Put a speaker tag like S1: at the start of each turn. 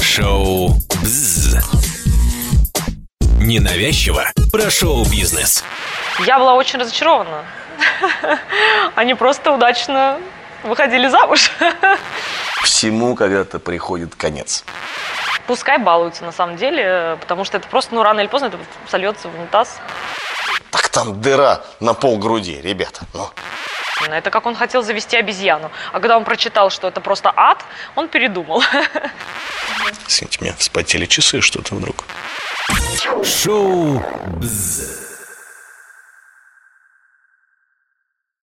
S1: Шоу «Бзз». Ненавязчиво про шоу-бизнес.
S2: Я была очень разочарована. Они просто удачно выходили замуж.
S3: Всему когда-то приходит конец.
S2: Пускай балуются на самом деле, потому что это просто, ну, рано или поздно это сольется в унитаз.
S3: Так там дыра на пол груди, ребята. Ну.
S2: Это как он хотел завести обезьяну. А когда он прочитал, что это просто ад, он передумал.
S3: Извините, у меня вспотели часы что-то вдруг.
S1: Шоу «Бзз».